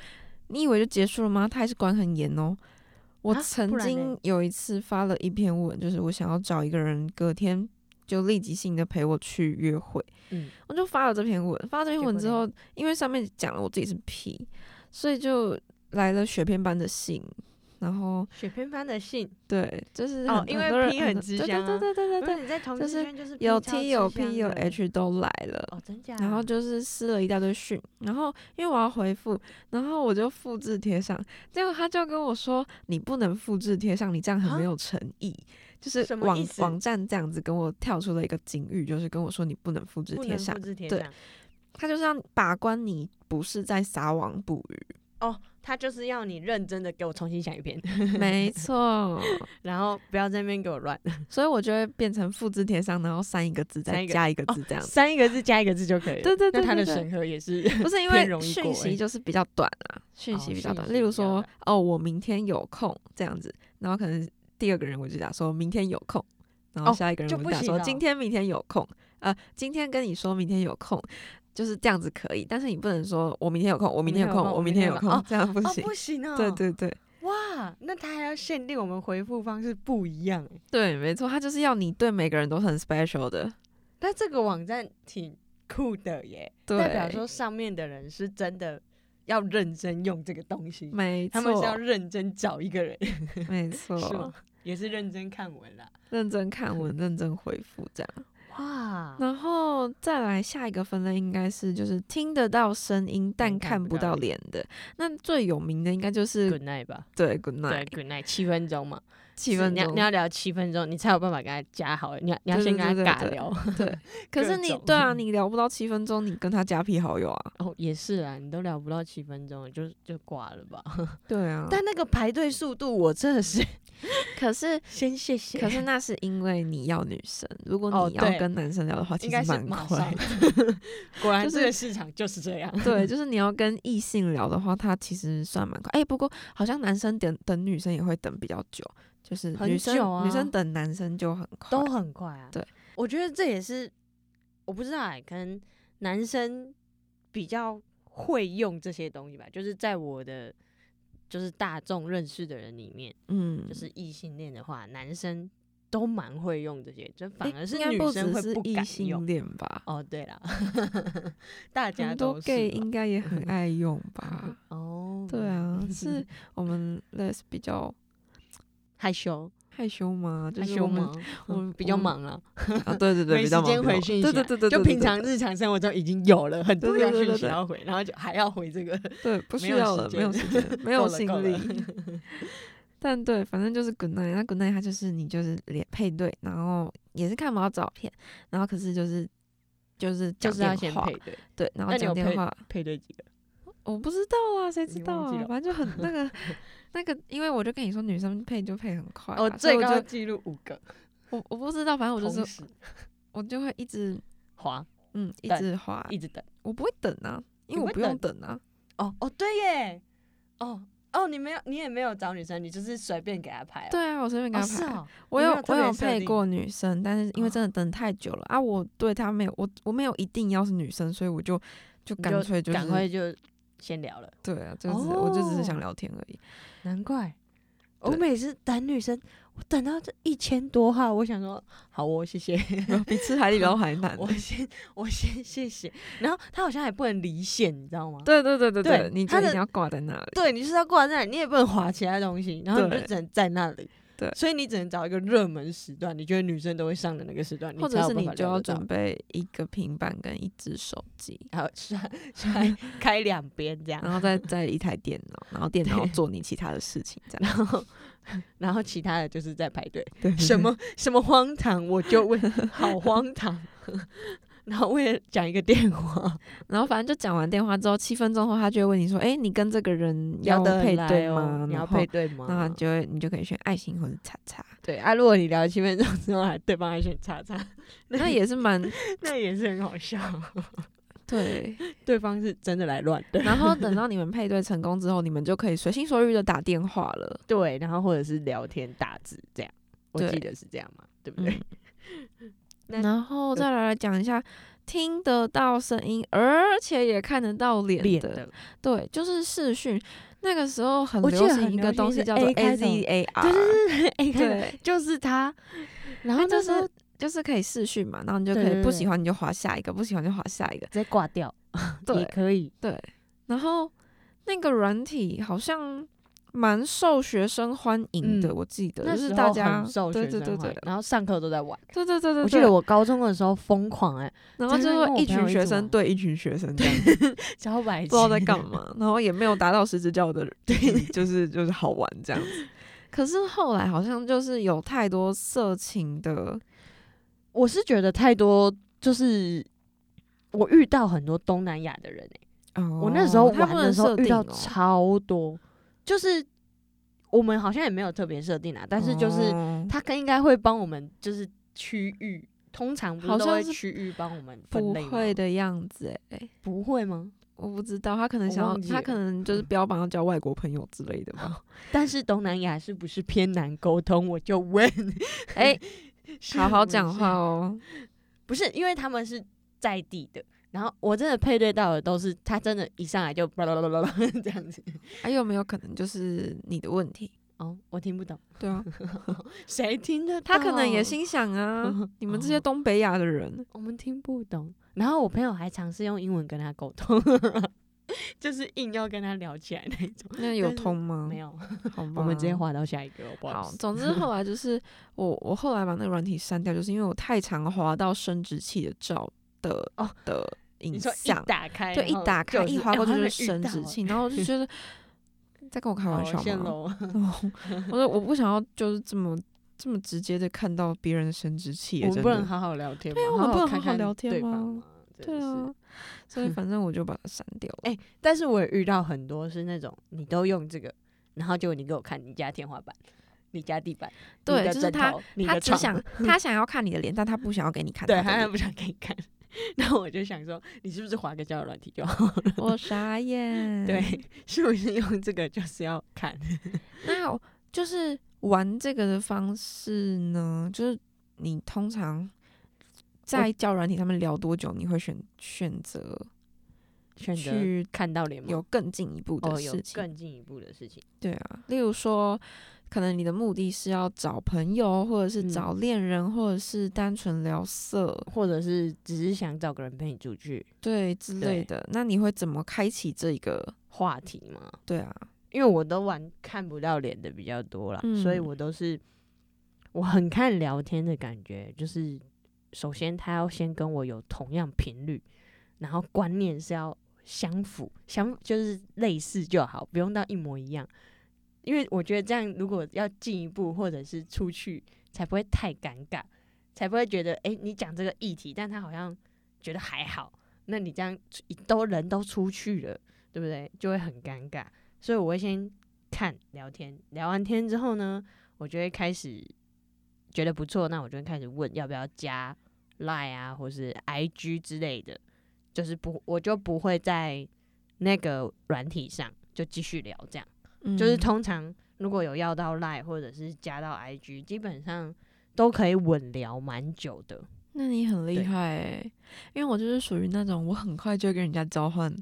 Speaker 1: 你以为就结束了吗？它还是管很严哦。我
Speaker 2: 啊不
Speaker 1: 曾
Speaker 2: 然嘞
Speaker 1: 经有一次发了一篇文，就是我想要找一个人，隔天就立即性的陪我去约会。
Speaker 2: 嗯，
Speaker 1: 我就发了这篇文，发了这篇
Speaker 2: 结
Speaker 1: 文
Speaker 2: 果
Speaker 1: 之
Speaker 2: 嘞
Speaker 1: 后，因为上面讲了我自己是 P，所以就来了雪片般的信。然后
Speaker 2: 雪片般的信，
Speaker 1: 对，就是
Speaker 2: 哦
Speaker 1: 很
Speaker 2: 因
Speaker 1: 很
Speaker 2: 为
Speaker 1: 多人
Speaker 2: P
Speaker 1: 很
Speaker 2: 很
Speaker 1: 多
Speaker 2: 吃
Speaker 1: 对
Speaker 2: 香
Speaker 1: 对
Speaker 2: 啊
Speaker 1: 对对对对，
Speaker 2: 对，你在同
Speaker 1: 就
Speaker 2: 志
Speaker 1: 是
Speaker 2: 圈就是
Speaker 1: 有
Speaker 2: P 超
Speaker 1: T 有
Speaker 2: 吃香
Speaker 1: P 有
Speaker 2: 的
Speaker 1: H 都来了。
Speaker 2: 哦，真假？
Speaker 1: 然后就是私了一大堆讯，然后因为我要回复，然后我就复制贴上，结果他就跟我说你不能复制贴上，你这样很
Speaker 2: 啊
Speaker 1: 没有诚意，就是
Speaker 2: 什么意
Speaker 1: 网
Speaker 2: 思
Speaker 1: 网站这样子跟我跳出了一个警语，就是跟我说你不能复制
Speaker 2: 不
Speaker 1: 贴
Speaker 2: 能
Speaker 1: 上
Speaker 2: 复，制贴
Speaker 1: 对
Speaker 2: 上
Speaker 1: 他就是要把关你不是在撒网捕
Speaker 2: <laughs>
Speaker 1: 鱼，
Speaker 2: 哦，他就是要你认真的给我重新想一遍， <laughs>
Speaker 1: 没错，
Speaker 2: 然后不要在那边给我乱，
Speaker 1: 所以我就会变成复制贴上，然后删一个字
Speaker 2: 删
Speaker 1: 再
Speaker 2: 一个
Speaker 1: 加一个
Speaker 2: 哦
Speaker 1: 字这样子，
Speaker 2: 删一个字加一个字就可以了。
Speaker 1: 对对对
Speaker 2: 那他
Speaker 1: 对
Speaker 2: 的
Speaker 1: 对
Speaker 2: 审核也是 <laughs>
Speaker 1: 不是因
Speaker 2: 偏
Speaker 1: 为
Speaker 2: 容易
Speaker 1: 讯
Speaker 2: 过欸
Speaker 1: 息就是比较短啊，讯
Speaker 2: 哦
Speaker 1: 息比较
Speaker 2: 讯
Speaker 1: 短。
Speaker 2: 息
Speaker 1: 例如
Speaker 2: 比较
Speaker 1: 说
Speaker 2: 短，
Speaker 1: 哦，我明天有空这样子，然后可能第二个人我就打说明天有空，然后
Speaker 2: 哦
Speaker 1: 下一个人
Speaker 2: 就
Speaker 1: 我
Speaker 2: 不
Speaker 1: 打
Speaker 2: 行
Speaker 1: 说
Speaker 2: 了
Speaker 1: 今天明天有空，呃，今天跟你说明天有空，就是这样子可以，但是你不能说我明天有空，我明天有空，我明天有空
Speaker 2: 哦，
Speaker 1: 这样不
Speaker 2: 哦，
Speaker 1: 行。
Speaker 2: 不行哦，
Speaker 1: 对对对
Speaker 2: 哇，那他还要限定我们回复方式不一样欸。
Speaker 1: 对，没错，他就是要你对每个人都很 special 的，
Speaker 2: 那这个网站挺酷的耶，
Speaker 1: 对，
Speaker 2: 代表说上面的人是真的要认真用这个东西，
Speaker 1: 没
Speaker 2: 他们是要
Speaker 1: 错，
Speaker 2: 认真找一个人，
Speaker 1: 没
Speaker 2: 是
Speaker 1: 错
Speaker 2: 吗，？也是认真看文啦。
Speaker 1: 认真看文，认真回复这样。
Speaker 2: 哇，
Speaker 1: 然后再来下一个分类应该是就是听得到声音但
Speaker 2: 嗯但看
Speaker 1: 看
Speaker 2: 不
Speaker 1: 不
Speaker 2: 到
Speaker 1: 到脸的。那最有名的应该就是
Speaker 2: night 吧，
Speaker 1: 对 Good
Speaker 2: 对
Speaker 1: Night，
Speaker 2: ，Good night 嗯七分钟嘛，
Speaker 1: 七
Speaker 2: 是
Speaker 1: 分
Speaker 2: 你要
Speaker 1: 钟
Speaker 2: 你。要聊七分钟，你才有办法跟他加好。你要你要
Speaker 1: 对
Speaker 2: 先
Speaker 1: 对
Speaker 2: 跟他尬
Speaker 1: 对对对
Speaker 2: 聊。
Speaker 1: 可
Speaker 2: 各
Speaker 1: 是你
Speaker 2: 种 <laughs>
Speaker 1: 对啊，你聊不到七分钟，你跟他加 P 好友啊？
Speaker 2: 哦，也是啦，你都聊不到七分钟，就就挂了吧。
Speaker 1: 对啊，
Speaker 2: 但那个排队速度，我真的是
Speaker 1: 可是
Speaker 2: <laughs> 先谢谢。
Speaker 1: 可是那是因为你要女生，如果
Speaker 2: 哦
Speaker 1: 你要
Speaker 2: 对
Speaker 1: 跟男生聊的话，其
Speaker 2: 应该
Speaker 1: 实
Speaker 2: 是
Speaker 1: 蛮
Speaker 2: 马
Speaker 1: 快
Speaker 2: 上。 <laughs> 果然
Speaker 1: 就
Speaker 2: 这
Speaker 1: 是
Speaker 2: 个市场就是这样。
Speaker 1: 对，就是你要跟异性聊的话，他其实算蛮快。哎、不过好像男生等等女生也会等比较久，就是
Speaker 2: 很
Speaker 1: 女生、
Speaker 2: 久啊
Speaker 1: 女生等男生就很
Speaker 2: <laughs>
Speaker 1: 快。
Speaker 2: 都很快啊。
Speaker 1: 对，
Speaker 2: 我觉得这也是我不知道、欸，可能男生比较会用这些东西吧。就是在我的就是大众认识的人里面，
Speaker 1: 嗯，
Speaker 2: 就是异性恋的话，男生都蛮会用这些，就
Speaker 1: 哎
Speaker 2: 反而是
Speaker 1: 应该
Speaker 2: 女
Speaker 1: 不
Speaker 2: 生
Speaker 1: 只
Speaker 2: 会
Speaker 1: 是异
Speaker 2: 敢
Speaker 1: 性
Speaker 2: 用。
Speaker 1: 恋吧？
Speaker 2: 哦，对啦， <laughs> 大家
Speaker 1: 很
Speaker 2: 都
Speaker 1: 多
Speaker 2: 是嗯
Speaker 1: gay
Speaker 2: 吧
Speaker 1: 应该也很爱用吧？
Speaker 2: 哦，
Speaker 1: 对，啊，是我们 les 比较
Speaker 2: 害羞
Speaker 1: 害羞吗？就
Speaker 2: 害
Speaker 1: 是
Speaker 2: 羞
Speaker 1: 我们
Speaker 2: 吗？
Speaker 1: 我
Speaker 2: 比较
Speaker 1: 我们
Speaker 2: 忙啊，
Speaker 1: 啊，
Speaker 2: <laughs>
Speaker 1: 对对对，
Speaker 2: 没
Speaker 1: 比较
Speaker 2: 时间
Speaker 1: 忙比较
Speaker 2: 回
Speaker 1: 忙
Speaker 2: 讯息啊，
Speaker 1: 对对对对，
Speaker 2: 就
Speaker 1: 对
Speaker 2: 平
Speaker 1: 对
Speaker 2: 常日常生活中已经有了很多
Speaker 1: 对
Speaker 2: 条
Speaker 1: 对对
Speaker 2: 讯
Speaker 1: 对
Speaker 2: 息
Speaker 1: 对
Speaker 2: 要回，然后就还要回这个，
Speaker 1: 对不
Speaker 2: 没
Speaker 1: 需
Speaker 2: 有
Speaker 1: 要
Speaker 2: 时
Speaker 1: 了，没有
Speaker 2: 间
Speaker 1: 时间，
Speaker 2: <laughs>
Speaker 1: 没有
Speaker 2: 够了
Speaker 1: 心
Speaker 2: 够了
Speaker 1: 力。但对，反正就是 good night。那 good night 它就是你就是连配对，然后也是看不到照片，然后可是就是就是
Speaker 2: <laughs> 就
Speaker 1: 讲
Speaker 2: 是要
Speaker 1: 电
Speaker 2: 先
Speaker 1: 话
Speaker 2: 配，对，
Speaker 1: 对，然
Speaker 2: 那
Speaker 1: 后
Speaker 2: 你有
Speaker 1: 讲电
Speaker 2: 配
Speaker 1: 话，
Speaker 2: 配对几个，
Speaker 1: 我不知道啊，谁知
Speaker 2: 你
Speaker 1: 道
Speaker 2: 忘记
Speaker 1: 啊
Speaker 2: 了？
Speaker 1: 反正就很
Speaker 2: <laughs>
Speaker 1: 那个那个，因为我就跟你说，女生配就配很快啊，
Speaker 2: 哦，
Speaker 1: 所以
Speaker 2: 最
Speaker 1: 我
Speaker 2: 高
Speaker 1: 就
Speaker 2: 记录五个，
Speaker 1: 我我不知道，反正我就
Speaker 2: 同
Speaker 1: 是
Speaker 2: 时
Speaker 1: 我就会一直
Speaker 2: 滑
Speaker 1: 嗯一
Speaker 2: 等
Speaker 1: 直滑，
Speaker 2: 一直等，
Speaker 1: 我不会等啊，
Speaker 2: 你
Speaker 1: 因为我
Speaker 2: 会
Speaker 1: 不用等啊，
Speaker 2: 哦哦对耶，哦哦你没有你也没有找女生，你就是随便给她拍哦，
Speaker 1: 对啊，我随便给
Speaker 2: 哦
Speaker 1: 他
Speaker 2: 是
Speaker 1: 拍。
Speaker 2: 哦，
Speaker 1: 我
Speaker 2: 你没
Speaker 1: 有
Speaker 2: 有特
Speaker 1: 我
Speaker 2: 别
Speaker 1: 有
Speaker 2: 设
Speaker 1: 配
Speaker 2: 定
Speaker 1: 过女生，但是因为
Speaker 2: 哦
Speaker 1: 真的等太久了、啊，我对她没有我我没有一定要是女生，所以我就就
Speaker 2: 你
Speaker 1: 干脆就是
Speaker 2: 赶快哦就先聊了，
Speaker 1: 对啊，就只是、我就只是想聊天而
Speaker 2: <laughs>
Speaker 1: 已。
Speaker 2: 难怪。我
Speaker 1: 对
Speaker 2: 每次等女生，我等到这一千多号，我想说好哦，谢谢。
Speaker 1: 然后比吃海底捞还难。
Speaker 2: 我先我先谢谢。然后他好像还不能离线，你知道吗？
Speaker 1: 对对对对
Speaker 2: 对
Speaker 1: 对，你
Speaker 2: 她
Speaker 1: 就一
Speaker 2: 的
Speaker 1: 定要挂在那里。
Speaker 2: 对，你就是要挂在那里，你也不能划其他东西，然后你就
Speaker 1: 对
Speaker 2: 只能在那里。
Speaker 1: 对
Speaker 2: 所以你只能找一个热门时段，你觉得女生都会上的那个时段，
Speaker 1: 或者
Speaker 2: 才有
Speaker 1: 是
Speaker 2: 办
Speaker 1: 你
Speaker 2: 法
Speaker 1: 就
Speaker 2: 聊
Speaker 1: 要
Speaker 2: 得到
Speaker 1: 准备一个平板跟一只手 <laughs> 机，
Speaker 2: 还有摔摔开两边这样，
Speaker 1: 然后再再一台电脑，然后电脑
Speaker 2: 对
Speaker 1: 做你其他的事情，这样
Speaker 2: 然后然后其他的就是在排队，
Speaker 1: <laughs> 对
Speaker 2: 什么什么荒唐，我就问，好荒唐。 <laughs> 然后为了讲一个电话，
Speaker 1: 然后反正就讲完电话之后，七分钟后他就会问你说：“哎、你跟这个人要
Speaker 2: 得
Speaker 1: 配
Speaker 2: 来
Speaker 1: 对
Speaker 2: 哦
Speaker 1: 吗？”
Speaker 2: 你要
Speaker 1: 然后
Speaker 2: 配对吗？
Speaker 1: 那就会你就可以选爱心或者叉 <laughs> 叉，
Speaker 2: 对啊，如果你聊七分钟之后还对方还选叉叉，
Speaker 1: 那也是蛮
Speaker 2: 那也是很好笑。 <laughs>
Speaker 1: 对。
Speaker 2: 对方是真的来乱的，
Speaker 1: 然后等到你们配对成功之后，你们就可以随心所欲的打电话了。
Speaker 2: 对，然后或者是聊天打字这样，我
Speaker 1: 对
Speaker 2: 记得是这样嘛，对不对？ <laughs>
Speaker 1: 嗯，
Speaker 2: 那
Speaker 1: 然后再来讲一下听得到声音，而且也看得到脸
Speaker 2: 脸
Speaker 1: 的，
Speaker 2: 的，
Speaker 1: 对，就是视讯。那个时候很
Speaker 2: 我记
Speaker 1: 流
Speaker 2: 得很
Speaker 1: 行一
Speaker 2: 流
Speaker 1: 个
Speaker 2: 行
Speaker 1: 东
Speaker 2: 是
Speaker 1: 西叫做
Speaker 2: A 开
Speaker 1: A
Speaker 2: 头
Speaker 1: Z A R，
Speaker 2: 对对
Speaker 1: <laughs>
Speaker 2: 对对，哎，看到
Speaker 1: 对，
Speaker 2: 就是他，然
Speaker 1: 然
Speaker 2: 后
Speaker 1: 后
Speaker 2: 那
Speaker 1: 那
Speaker 2: 时
Speaker 1: 时
Speaker 2: 候
Speaker 1: 候
Speaker 2: 直
Speaker 1: 就是可以视讯嘛，然后你就
Speaker 2: 对
Speaker 1: 可以
Speaker 2: 对
Speaker 1: 不
Speaker 2: 对
Speaker 1: 喜欢你就划下一个，不喜欢就划下一个，
Speaker 2: 接挂掉，
Speaker 1: 对
Speaker 2: 也，可以，
Speaker 1: 对，然后那个软体好像蛮受学生欢迎的，
Speaker 2: 嗯
Speaker 1: 我记得
Speaker 2: 那
Speaker 1: 就是
Speaker 2: 时
Speaker 1: 大
Speaker 2: 候
Speaker 1: 家
Speaker 2: 很受
Speaker 1: 对
Speaker 2: 学
Speaker 1: 对
Speaker 2: 生
Speaker 1: 对对
Speaker 2: 欢迎
Speaker 1: 对
Speaker 2: 然后上课都在玩。
Speaker 1: 对对对对，
Speaker 2: 我记得我高中的时候疯狂哎，
Speaker 1: 然后
Speaker 2: 在
Speaker 1: 就
Speaker 2: 那边跟我
Speaker 1: 是一
Speaker 2: 朋友
Speaker 1: 群
Speaker 2: 一
Speaker 1: 学
Speaker 2: 起
Speaker 1: 生
Speaker 2: 玩
Speaker 1: 对一群学生这样子，
Speaker 2: 超白痴，
Speaker 1: 不知道在干嘛，然后也没有达到十指教 <laughs> 的，对，就是就是好玩这样子。可是后来好像就是有太多色情的，
Speaker 2: 我是觉得太多，就是我遇到很多东南亚的人哎、我那时候
Speaker 1: 哦他
Speaker 2: 玩
Speaker 1: 不
Speaker 2: 的
Speaker 1: 能
Speaker 2: 时候
Speaker 1: 设
Speaker 2: 遇
Speaker 1: 定
Speaker 2: 到
Speaker 1: 哦，
Speaker 2: 超多，就是我们好像也没有特别设定啊，但是就是
Speaker 1: 哦
Speaker 2: 他跟应该会帮我们就是区域，通常不
Speaker 1: 好
Speaker 2: 是都会
Speaker 1: 像是
Speaker 2: 区域帮我们分
Speaker 1: 不
Speaker 2: 类吗
Speaker 1: 会，的样子哎。
Speaker 2: 不会吗？
Speaker 1: 我不知道，他可能
Speaker 2: 我
Speaker 1: 想要
Speaker 2: 忘，记
Speaker 1: 他
Speaker 2: 了
Speaker 1: 可能就是标榜要交外国朋友之类的 <laughs> 吧。
Speaker 2: 但是东南亚是不是偏难沟通？我就 <laughs> 问，
Speaker 1: 哎、
Speaker 2: 是
Speaker 1: 好好
Speaker 2: 不
Speaker 1: 讲
Speaker 2: 是
Speaker 1: 话哦。
Speaker 2: 不是因为他们是在地的。然后我真的配对到的都是他真的一上来就巴拉巴拉巴拉 <laughs> 这样子
Speaker 1: 还啊有没有可能就是你的问题？
Speaker 2: 哦，我听不懂，
Speaker 1: 对啊，哦
Speaker 2: 谁听得懂？
Speaker 1: 他可能也心想啊， <laughs> 你们这些东北亚的 <laughs> 人，
Speaker 2: 我们听不懂。然后我朋友还尝试用英文跟他沟通， <laughs> 就是硬要跟他聊起来那种。
Speaker 1: 那有通吗
Speaker 2: 没？有，
Speaker 1: 好吧，
Speaker 2: 我们直接。划到下一个，不嗯好
Speaker 1: 好
Speaker 2: 意，思。
Speaker 1: 总之后来就是我，我后来把那个软体删掉，就是因为我太常滑到生殖器的照的
Speaker 2: 哦
Speaker 1: 的影
Speaker 2: 你说一
Speaker 1: 像，
Speaker 2: 打开，
Speaker 1: 对，一
Speaker 2: 然后
Speaker 1: 打开
Speaker 2: 就
Speaker 1: 一
Speaker 2: 是
Speaker 1: 滑过去
Speaker 2: 哎我
Speaker 1: 就
Speaker 2: 还
Speaker 1: 是
Speaker 2: 没遇
Speaker 1: 生
Speaker 2: 到
Speaker 1: 殖
Speaker 2: <laughs> 哎
Speaker 1: 器，然后我就觉得在跟我开玩笑
Speaker 2: 陷
Speaker 1: 吗？
Speaker 2: 喽，
Speaker 1: 哦 <laughs> 我说我不想要，就是这么这么直接的看到别人的生殖器耶，
Speaker 2: 我们
Speaker 1: 真
Speaker 2: 不能
Speaker 1: 的。
Speaker 2: 好好聊天吗？
Speaker 1: 对啊我们
Speaker 2: 好
Speaker 1: 不能
Speaker 2: 看
Speaker 1: 好好
Speaker 2: 看
Speaker 1: 聊天
Speaker 2: 对方
Speaker 1: 吗
Speaker 2: 吗？真
Speaker 1: 对
Speaker 2: 的是
Speaker 1: 啊，所以反正我就把它删掉了。
Speaker 2: <laughs> 哎、但是我也遇到很多是那种你都用这个，然后结果你给我看你家天花板、你家地板、
Speaker 1: 对
Speaker 2: 你的
Speaker 1: 就是
Speaker 2: 枕
Speaker 1: 他
Speaker 2: 头你
Speaker 1: 他
Speaker 2: 的
Speaker 1: 只
Speaker 2: 床，
Speaker 1: 想他想要看你的脸，但他不想要给你看
Speaker 2: 对，
Speaker 1: 他
Speaker 2: 他
Speaker 1: 的
Speaker 2: 还
Speaker 1: 脸。
Speaker 2: 不想给你看。 <laughs> 那我就想说，你是不是划个交友软体就 <laughs> 好？
Speaker 1: 我傻眼。
Speaker 2: <laughs> 对，，是不是用这个就是要看？ <laughs>
Speaker 1: 那我就是玩这个的方式呢，就是你通常在交友软体上面聊多久，你会选选择
Speaker 2: 选择
Speaker 1: 去
Speaker 2: 看到联盟
Speaker 1: 有更进一步的
Speaker 2: 哦，有
Speaker 1: 事情？
Speaker 2: 更进一步的事情。
Speaker 1: 对啊，例如说，可能你的目的是要找朋友，或者是
Speaker 2: 嗯
Speaker 1: 找恋人，或者是单纯聊色，
Speaker 2: 或者是只是想找个人陪你出去
Speaker 1: 对之类
Speaker 2: 对
Speaker 1: 的。那你会怎么开启这一个？
Speaker 2: 话题嘛？
Speaker 1: 对啊，
Speaker 2: 因为我都玩看不到脸的比较多啦，所以
Speaker 1: 嗯
Speaker 2: 我都是我很看聊天的感觉，就是首先他要先跟我有同样频率，然后观念是要相符，相就是类似就好，不用到一模一样。因为我觉得这样，如果要进一步或者是出去，才不会太尴尬，才不会觉得诶，你讲这个议题，但他好像觉得还好，那你这样一都人都出去了，对不对？就会很尴尬。所以我会先看聊天，聊完天之后呢，我就会开始觉得不错，那我就会开始问要不要加 Line 啊，或是 IG 之类的，就是不我就不会在那个软体上就继续聊，这样、就是
Speaker 1: 嗯
Speaker 2: 通常如果有要到 Line 或者是加到 IG，基本上都可以稳聊蛮久的。
Speaker 1: 那你很厉
Speaker 2: 对
Speaker 1: 害、欸，因为我就是属于那种我很快就会跟人家交换，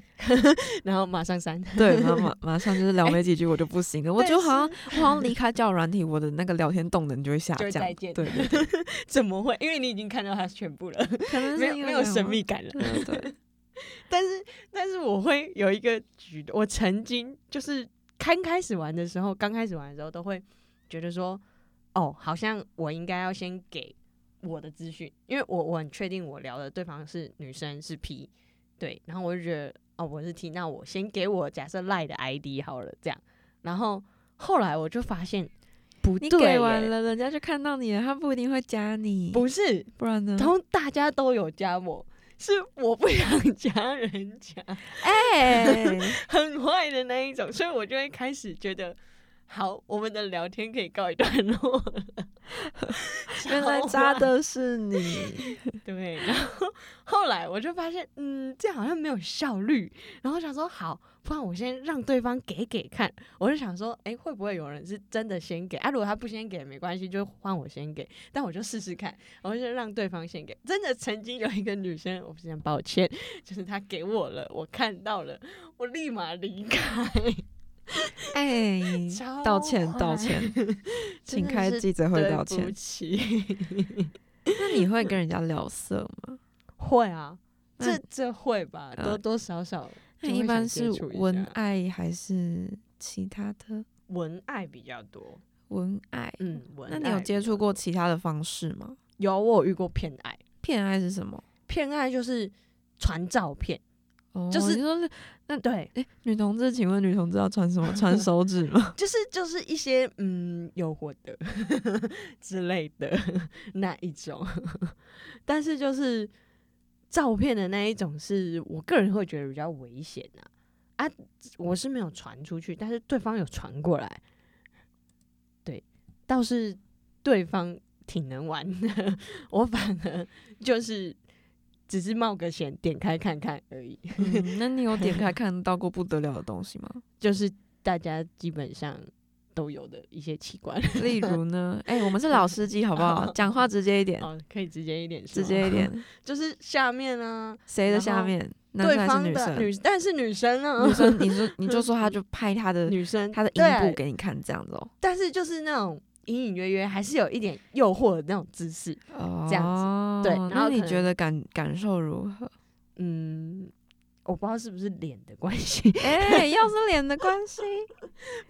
Speaker 2: 然后马上删， <laughs>
Speaker 1: 对，马马马上就是
Speaker 2: 哎
Speaker 1: 聊没几句我就不行了，我
Speaker 2: 但
Speaker 1: 就好
Speaker 2: <laughs>
Speaker 1: 像我好像离开交友软体，我的那个聊天动能就会下
Speaker 2: 就
Speaker 1: 降，
Speaker 2: 再见
Speaker 1: 对对对，
Speaker 2: <laughs> 怎么会？因为你已经看到他全部了，
Speaker 1: 可能是
Speaker 2: 没有
Speaker 1: 因为
Speaker 2: 没有
Speaker 1: 这样
Speaker 2: 神
Speaker 1: 吧
Speaker 2: 秘，感了。
Speaker 1: 对对对， <laughs>
Speaker 2: 但是，但是我会有一个举动，我曾经就是刚开始玩的时候，刚开始玩的时候都会觉得说，哦，好像我应该要先给我的资讯，因为我我很确定我聊的对方是女生是 P，对，然后我就觉得哦我是 T，那我先给我假设赖的 ID 好了，这样，然后后来我就发现不
Speaker 1: 你
Speaker 2: 对
Speaker 1: 给
Speaker 2: 耶，
Speaker 1: 完了，人家就看到你了，他不一定会加你，
Speaker 2: 不是，
Speaker 1: 不然呢？
Speaker 2: 通大家都有加我，是我不想加人家。
Speaker 1: 哎、
Speaker 2: <laughs> 很坏的那一种，所以我就会开始觉得，好，我们的聊天可以告一段落了。
Speaker 1: <laughs> 原来渣
Speaker 2: <laughs>
Speaker 1: 的是你，
Speaker 2: 对，然后后来我就发现，嗯，这样好像没有效率。然后想说，好，不然我先让对方给给看。我就想说，诶，会不会有人是真的先给？啊，如果他不先给没关系，就换我先给。但我就试试看，我就让对方先给。真的曾经有一个女生，我非常抱歉，就是她给我了，我看到了，我立马离开。
Speaker 1: <laughs> 哎、
Speaker 2: 超
Speaker 1: 道歉道
Speaker 2: 坏
Speaker 1: 歉，
Speaker 2: 真
Speaker 1: 请
Speaker 2: 的
Speaker 1: 开
Speaker 2: 是
Speaker 1: 记者会
Speaker 2: 对
Speaker 1: 道
Speaker 2: 不
Speaker 1: 歉。
Speaker 2: 起，
Speaker 1: 那你会跟人家聊色
Speaker 2: <laughs>
Speaker 1: 吗？
Speaker 2: 会啊，
Speaker 1: 那
Speaker 2: 这这会吧，
Speaker 1: 呃
Speaker 2: 多多少少
Speaker 1: 那
Speaker 2: 就
Speaker 1: 一
Speaker 2: 会想
Speaker 1: 般是
Speaker 2: 接触一
Speaker 1: 文
Speaker 2: 下
Speaker 1: 爱还是其他的
Speaker 2: 文爱比较多。
Speaker 1: 文爱？
Speaker 2: 嗯，文
Speaker 1: 那你
Speaker 2: 爱
Speaker 1: 有
Speaker 2: 比
Speaker 1: 接
Speaker 2: 较
Speaker 1: 触过
Speaker 2: 多？
Speaker 1: 其他的方式吗？
Speaker 2: 有，我有遇过骗爱，
Speaker 1: 骗爱是什么？
Speaker 2: 骗爱就是传照片，
Speaker 1: 哦，
Speaker 2: 就是
Speaker 1: 你说是
Speaker 2: 对，
Speaker 1: 诶，女同志，请问女同志要穿什么？穿手指吗？
Speaker 2: 就是就是一些嗯诱惑的 <laughs> 之类的那一种， <laughs> 但是就是照片的那一种是我个人会觉得比较危险啊啊，我是没有传出去，但是对方有传过来，对，倒是对方挺能玩的， <laughs> 我反而就是只是冒个险点开看看而已。
Speaker 1: <laughs> 嗯那你有点开看到过不得了的东西吗？
Speaker 2: 就是大家基本上都有的一些器官。
Speaker 1: <laughs> 例如呢？诶，哎我们是老司机，好不 <laughs> 好？讲话直接一点，
Speaker 2: 哦，可以直接一点，
Speaker 1: 直接
Speaker 2: <laughs>
Speaker 1: 一，点。
Speaker 2: 就是下面啊，
Speaker 1: 谁的
Speaker 2: 然
Speaker 1: 下
Speaker 2: 后
Speaker 1: 面？男
Speaker 2: 对
Speaker 1: 生还
Speaker 2: 方
Speaker 1: 是女
Speaker 2: 的
Speaker 1: 生？
Speaker 2: 女，但是女生
Speaker 1: 女
Speaker 2: 啊，
Speaker 1: <laughs> 生，你说你就说他就拍他的
Speaker 2: <laughs> 女生
Speaker 1: 他的
Speaker 2: 对
Speaker 1: 阴部给你看，这样子哦。
Speaker 2: 但是就是那种隐隐约约还是有一点诱惑的那种姿势，
Speaker 1: 哦
Speaker 2: 这样子对然
Speaker 1: 那
Speaker 2: 后
Speaker 1: 你
Speaker 2: 可能
Speaker 1: 觉得感感受如何？
Speaker 2: 嗯。我不知道是不是脸的关系，
Speaker 1: <laughs>
Speaker 2: <laughs>
Speaker 1: 哎、要是脸的关 <laughs> 系，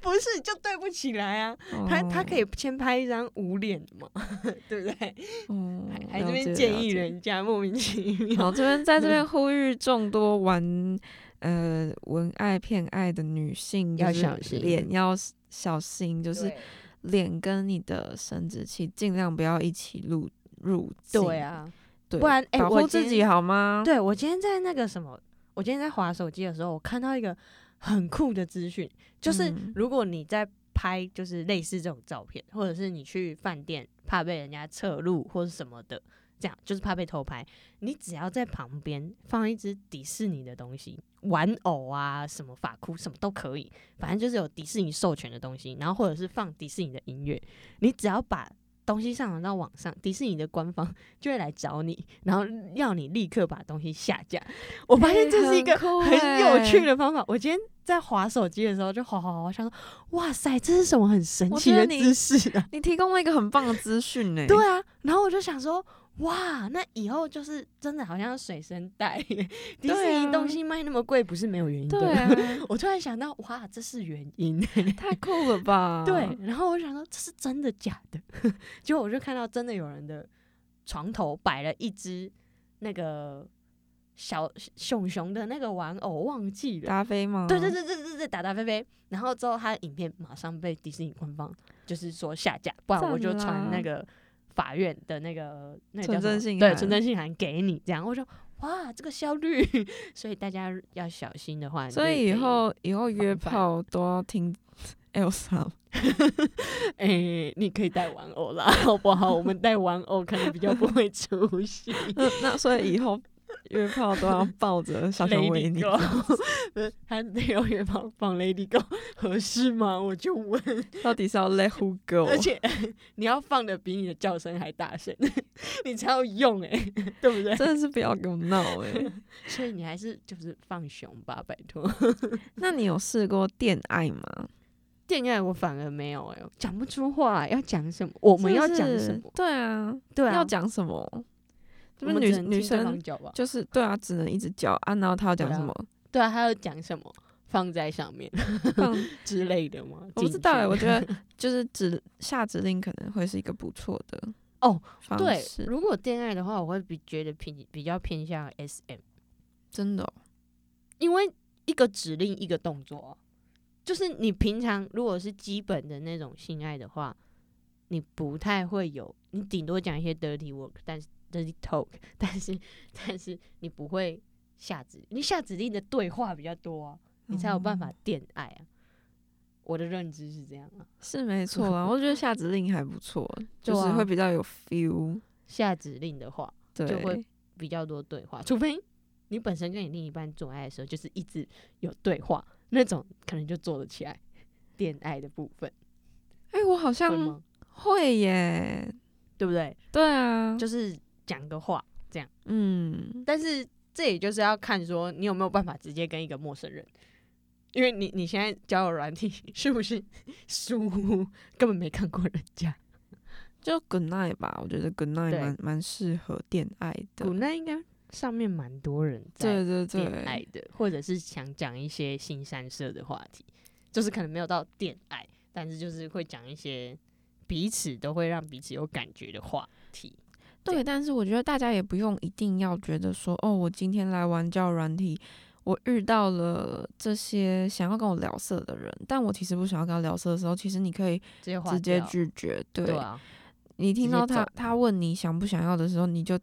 Speaker 2: 不是就对不起来啊。
Speaker 1: 哦
Speaker 2: 他他可以先拍一张无脸的嘛， <laughs> 对不对？
Speaker 1: 哦，
Speaker 2: 还
Speaker 1: 哦，
Speaker 2: 还这
Speaker 1: 了解哦
Speaker 2: 边建议。
Speaker 1: 了解
Speaker 2: 人家莫名其
Speaker 1: 好，
Speaker 2: 妙，
Speaker 1: 这边在这边呼吁众多玩呃文爱骗爱的女性
Speaker 2: 要
Speaker 1: 就是
Speaker 2: 小心
Speaker 1: 脸要小心，就是脸跟你的生殖器尽量不要一起入入境。
Speaker 2: 对，啊，
Speaker 1: 对，
Speaker 2: 不然哎
Speaker 1: 保
Speaker 2: 我
Speaker 1: 护
Speaker 2: 今
Speaker 1: 自己
Speaker 2: 天
Speaker 1: 好吗？
Speaker 2: 对我今天在那个什么，我今天在划手机的时候，我看到一个很酷的资讯，就是
Speaker 1: 嗯
Speaker 2: 如果你在拍就是类似这种照片，或者是你去饭店怕被人家侧录或者什么的，这样就是怕被偷拍，你只要在旁边放一只迪士尼的东西，玩偶啊，什么发箍什么都可以，反正就是有迪士尼授权的东西，然后或者是放迪士尼的音乐，你只要把。东西上传到网上，迪士尼的官方 <laughs> 就会来找你，然后要你立刻把东西下架。我发现
Speaker 1: 哎
Speaker 2: 这是一个
Speaker 1: 很酷
Speaker 2: 很有趣
Speaker 1: 哎
Speaker 2: 的方法。我今天在划手机的时候就划划划，我想说，哇塞，这是什么很神
Speaker 1: 我
Speaker 2: 奇
Speaker 1: 觉
Speaker 2: 的
Speaker 1: 得你
Speaker 2: 姿势啊！
Speaker 1: 你提供了一个很棒的资讯哎
Speaker 2: <laughs>
Speaker 1: 呢。
Speaker 2: 对啊，然后我就想说，哇，那以后就是真的好像随身带 <laughs> 耶，迪士
Speaker 1: 对
Speaker 2: 尼
Speaker 1: 啊
Speaker 2: 东西卖那么贵，不是没有原因的。
Speaker 1: 对啊，
Speaker 2: 我突然想到，哇，这是原因。欸
Speaker 1: 太酷了吧？
Speaker 2: 对，然后我就想说这是真的假的， <laughs> 结果我就看到真的有人的床头摆了一只那个小熊熊的那个玩偶，忘记了。
Speaker 1: 达菲吗？
Speaker 2: 对对对对对对，打打飞飞。然后之后他的影片马上被迪士尼官方就是说下架，不然我就
Speaker 1: 赞啦
Speaker 2: 传那个法院的那个那个
Speaker 1: 存
Speaker 2: 叫什
Speaker 1: 真
Speaker 2: 么
Speaker 1: 信
Speaker 2: 对
Speaker 1: 函
Speaker 2: 存真信函给你，这样我说哇这个效率， <laughs> 所以大家要小心的话，
Speaker 1: 所以以
Speaker 2: 你就可
Speaker 1: 后以后约
Speaker 2: 防范
Speaker 1: 炮都要听 Elsa，
Speaker 2: <laughs> 哎、你可以带玩偶啦，好不好？我们带玩偶可能比较不会出
Speaker 1: <laughs>
Speaker 2: 戏。
Speaker 1: 那那所以以后约炮都要抱着小熊维
Speaker 2: Lady
Speaker 1: 尼。
Speaker 2: Go，不
Speaker 1: 嗯
Speaker 2: 是他内容也放放 Lady Go 合适吗？我就问，
Speaker 1: <laughs> 到底是要 Let Who Go？
Speaker 2: 而且你要放的比你的叫声还大声，你才有用哎、对不对？
Speaker 1: <laughs> 真的是不要给我闹哎、
Speaker 2: <laughs> 所以你还是就是放熊吧，拜托。
Speaker 1: 那你有试过恋爱吗？
Speaker 2: 恋爱我反而没有哎、讲不出话、要讲什么？我
Speaker 1: 我
Speaker 2: 们要讲什么？
Speaker 1: <laughs> 对啊，
Speaker 2: 对啊，
Speaker 1: 要讲什么？
Speaker 2: 我
Speaker 1: 就是
Speaker 2: 们
Speaker 1: 女
Speaker 2: 只能
Speaker 1: 女
Speaker 2: 听对方
Speaker 1: 生
Speaker 2: 讲吧。
Speaker 1: 就是对啊，只能一直叫啊，然后她要讲
Speaker 2: 对啊
Speaker 1: 什么？
Speaker 2: 对啊，他要讲什么？放在上面
Speaker 1: 放
Speaker 2: <laughs> 之类的吗？
Speaker 1: 我不知道哎、
Speaker 2: 啊进去
Speaker 1: 我觉
Speaker 2: <laughs>
Speaker 1: 得就是指下指令可能会是一个不错的
Speaker 2: 哦
Speaker 1: 方
Speaker 2: 对，
Speaker 1: 式
Speaker 2: 如果恋爱的话，我会比觉得偏比较偏向 S M，
Speaker 1: 真的哦、
Speaker 2: 因为一个指令一个动作啊，就是你平常如果是基本的那种性爱的话，你不太会有，你顶多讲一些 dirty work，但是 dirty talk，但 <laughs> 是但是你不会下指，你下指令的对话比较多啊，你才有办法
Speaker 1: 嗯
Speaker 2: 恋爱啊。我的认知是这样啊，
Speaker 1: 是没错
Speaker 2: <laughs>
Speaker 1: 啦。我觉得下指令还不错，就
Speaker 2: 对
Speaker 1: 是
Speaker 2: 啊
Speaker 1: 会比较有 feel，
Speaker 2: 下指令的话，
Speaker 1: 对，
Speaker 2: 就会比较多对话，除非你本身跟你另一半做爱的时候就是一直有对话，那种可能就做得起来。恋爱的部分，
Speaker 1: 哎、我好
Speaker 2: 会
Speaker 1: 像
Speaker 2: 吗？
Speaker 1: 会耶，
Speaker 2: 对不对？
Speaker 1: 对啊，
Speaker 2: 就是讲个话，
Speaker 1: 嗯，
Speaker 2: 但是这也就是要看说你有没有办法直接跟一个陌生人，因为你你现在交友软体 <laughs> 是不是疏忽， <laughs> 根本没看过人家。
Speaker 1: 就 good night 吧，我觉得 good night
Speaker 2: 对
Speaker 1: 蛮蛮适合恋爱
Speaker 2: 古
Speaker 1: 的，
Speaker 2: 奈应该上面蛮多人在
Speaker 1: 对对
Speaker 2: 恋爱
Speaker 1: 对，
Speaker 2: 的，或者是想讲一些新三色的话题，就是可能没有到恋爱，但是就是会讲一些彼此都会让彼此有感觉的话题。
Speaker 1: 对，但是我觉得大家也不用一定要觉得说，哦，我今天来玩交友软体，我遇到了这些想要跟我聊色的人，但我其实不想要跟他聊色的时候，其实你可以
Speaker 2: 这些话
Speaker 1: 直接
Speaker 2: 掉
Speaker 1: 拒绝。对，
Speaker 2: 对啊，
Speaker 1: 你听
Speaker 2: 接
Speaker 1: 到他
Speaker 2: 走
Speaker 1: 他问你想不想要的时候，你就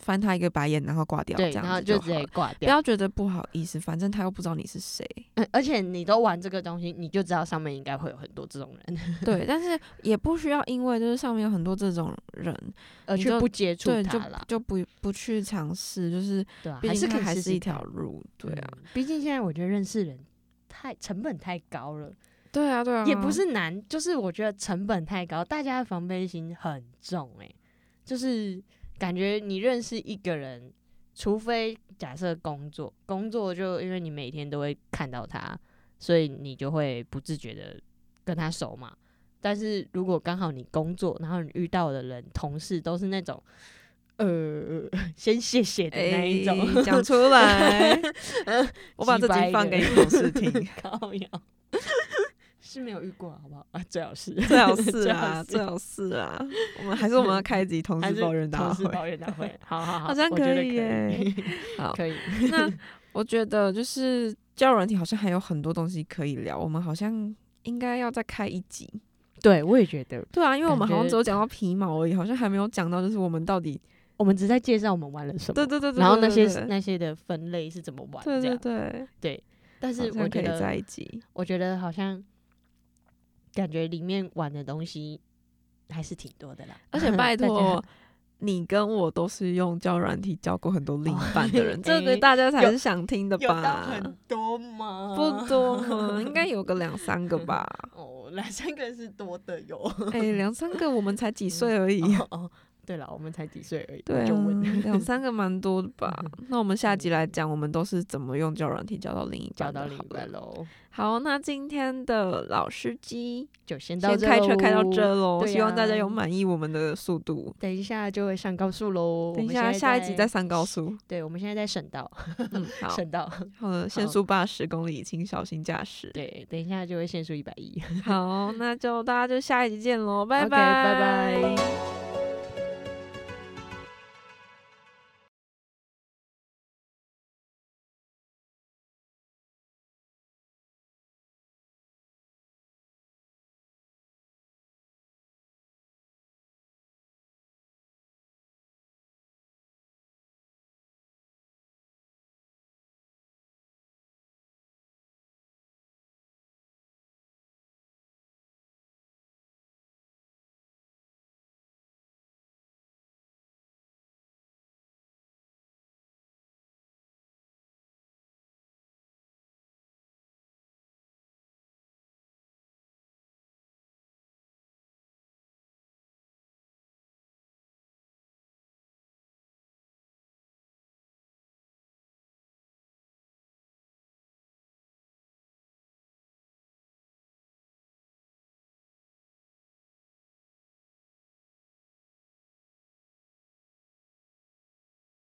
Speaker 1: 翻他一个白眼，然后挂掉，
Speaker 2: 对，
Speaker 1: 这
Speaker 2: 然后
Speaker 1: 样子
Speaker 2: 就直
Speaker 1: 好
Speaker 2: 接
Speaker 1: 了。
Speaker 2: 挂
Speaker 1: 不
Speaker 2: 掉。
Speaker 1: 要觉得不好意思，反正他又不知道你
Speaker 2: <laughs>
Speaker 1: 是谁。
Speaker 2: 嗯而且你都玩这个东西，你就知道上面应该会有很多这种人，
Speaker 1: 对，但是也不需要因为就是上面有很多这种人，
Speaker 2: 而
Speaker 1: 你
Speaker 2: 去
Speaker 1: 就
Speaker 2: 不接触
Speaker 1: 对，就
Speaker 2: 它啦，
Speaker 1: 就不不去尝试，就是
Speaker 2: 对啊，
Speaker 1: 毕
Speaker 2: 还是
Speaker 1: 竟
Speaker 2: 可
Speaker 1: 它
Speaker 2: 以
Speaker 1: 还
Speaker 2: 试
Speaker 1: 是
Speaker 2: 试
Speaker 1: 一条
Speaker 2: 看。
Speaker 1: 路。对啊，
Speaker 2: 嗯，毕竟现在我觉得认识人太成本太高了。
Speaker 1: 对啊，对啊，
Speaker 2: 也不是难，就是我觉得成本太高，大家的防备心很重、欸。就是感觉你认识一个人，除非假设工作，工作就因为你每天都会看到他，所以你就会不自觉的跟他熟嘛。但是如果刚好你工作，然后你遇到的人、同事都是那种，呃， <laughs> 先谢谢的那一种， <laughs>
Speaker 1: 哎讲出来，我把
Speaker 2: 鸡
Speaker 1: 这
Speaker 2: 掰
Speaker 1: 集放
Speaker 2: 的，
Speaker 1: 给你同事听
Speaker 2: <laughs> 高腰是没有遇过，好不好？啊，最好是，
Speaker 1: 最好是
Speaker 2: 最好
Speaker 1: 啊，
Speaker 2: 是
Speaker 1: 最好是啊。我们还是我们要开一集同
Speaker 2: 还
Speaker 1: 事
Speaker 2: 是
Speaker 1: 抱怨大
Speaker 2: 同事 <laughs>
Speaker 1: 会。
Speaker 2: 抱怨大会，好好好，
Speaker 1: 好
Speaker 2: <laughs>
Speaker 1: 像
Speaker 2: 我觉
Speaker 1: <laughs> 可
Speaker 2: 得
Speaker 1: 以
Speaker 2: 可以，
Speaker 1: 耶好
Speaker 2: 可以，
Speaker 1: 那我觉得就是交友软体好像还有很多东西可以聊，我们好像应该要再开一集。
Speaker 2: 对，我也觉得，
Speaker 1: 对啊，因为我们好像
Speaker 2: 感觉
Speaker 1: 只有讲到皮毛而已，好像还没有讲到就是我们到底
Speaker 2: 我们只在介绍我们玩了什么，
Speaker 1: 对对对对，
Speaker 2: 然后那
Speaker 1: 对
Speaker 2: 些
Speaker 1: 对
Speaker 2: 那些的分类是怎么玩
Speaker 1: 对
Speaker 2: 这
Speaker 1: 对
Speaker 2: 样。
Speaker 1: 对，
Speaker 2: 但是
Speaker 1: 好像
Speaker 2: 我觉
Speaker 1: 可以在
Speaker 2: 得，<laughs>
Speaker 1: 一起。
Speaker 2: 我觉得好像感觉里面玩的东西还是挺多的啦。
Speaker 1: 而且拜
Speaker 2: 大家 <laughs>
Speaker 1: 托，你跟我都是用交友软体交过很多另一半的人，
Speaker 2: 哦
Speaker 1: 这
Speaker 2: <laughs>
Speaker 1: 个
Speaker 2: 诶
Speaker 1: 大家才
Speaker 2: 有
Speaker 1: 是想听的
Speaker 2: 有到
Speaker 1: 吧？
Speaker 2: 很哦多吗？
Speaker 1: 不多
Speaker 2: <laughs>
Speaker 1: 嘛，应该有个两三个吧？
Speaker 2: 哦，两三个是多的哟。
Speaker 1: 哎、两三个我们才几岁而已。
Speaker 2: 哦哦，对了，我们才几岁而已，
Speaker 1: 对
Speaker 2: <laughs>
Speaker 1: 啊
Speaker 2: 就问，嗯
Speaker 1: 两三个蛮多的吧？那我们下集来讲，我们都是怎么用交友软体交到另一
Speaker 2: 交
Speaker 1: 半
Speaker 2: 到
Speaker 1: 的
Speaker 2: 另一
Speaker 1: 好了
Speaker 2: 半喽，
Speaker 1: 好，那今天的老司机
Speaker 2: 就先到
Speaker 1: 先
Speaker 2: 这
Speaker 1: 开车开到
Speaker 2: 喽
Speaker 1: 这喽，
Speaker 2: 对
Speaker 1: 希望大家
Speaker 2: 啊
Speaker 1: 有满意我们的速度。
Speaker 2: 等一下就会上高速喽。
Speaker 1: 等一
Speaker 2: 我们
Speaker 1: 下，
Speaker 2: 现在
Speaker 1: 下一集
Speaker 2: 在
Speaker 1: 再，上
Speaker 2: <laughs>
Speaker 1: 高速。
Speaker 2: 对，我们现在在省道，
Speaker 1: 嗯，好
Speaker 2: <laughs> 省道，
Speaker 1: 好的，限
Speaker 2: 好
Speaker 1: 速八十公里，请小心驾驶。 <laughs>
Speaker 2: 对，等一下就会限速一百一。 <laughs>
Speaker 1: 好，那就大家就下一集见喽，拜
Speaker 2: OK，
Speaker 1: 拜
Speaker 2: 拜拜。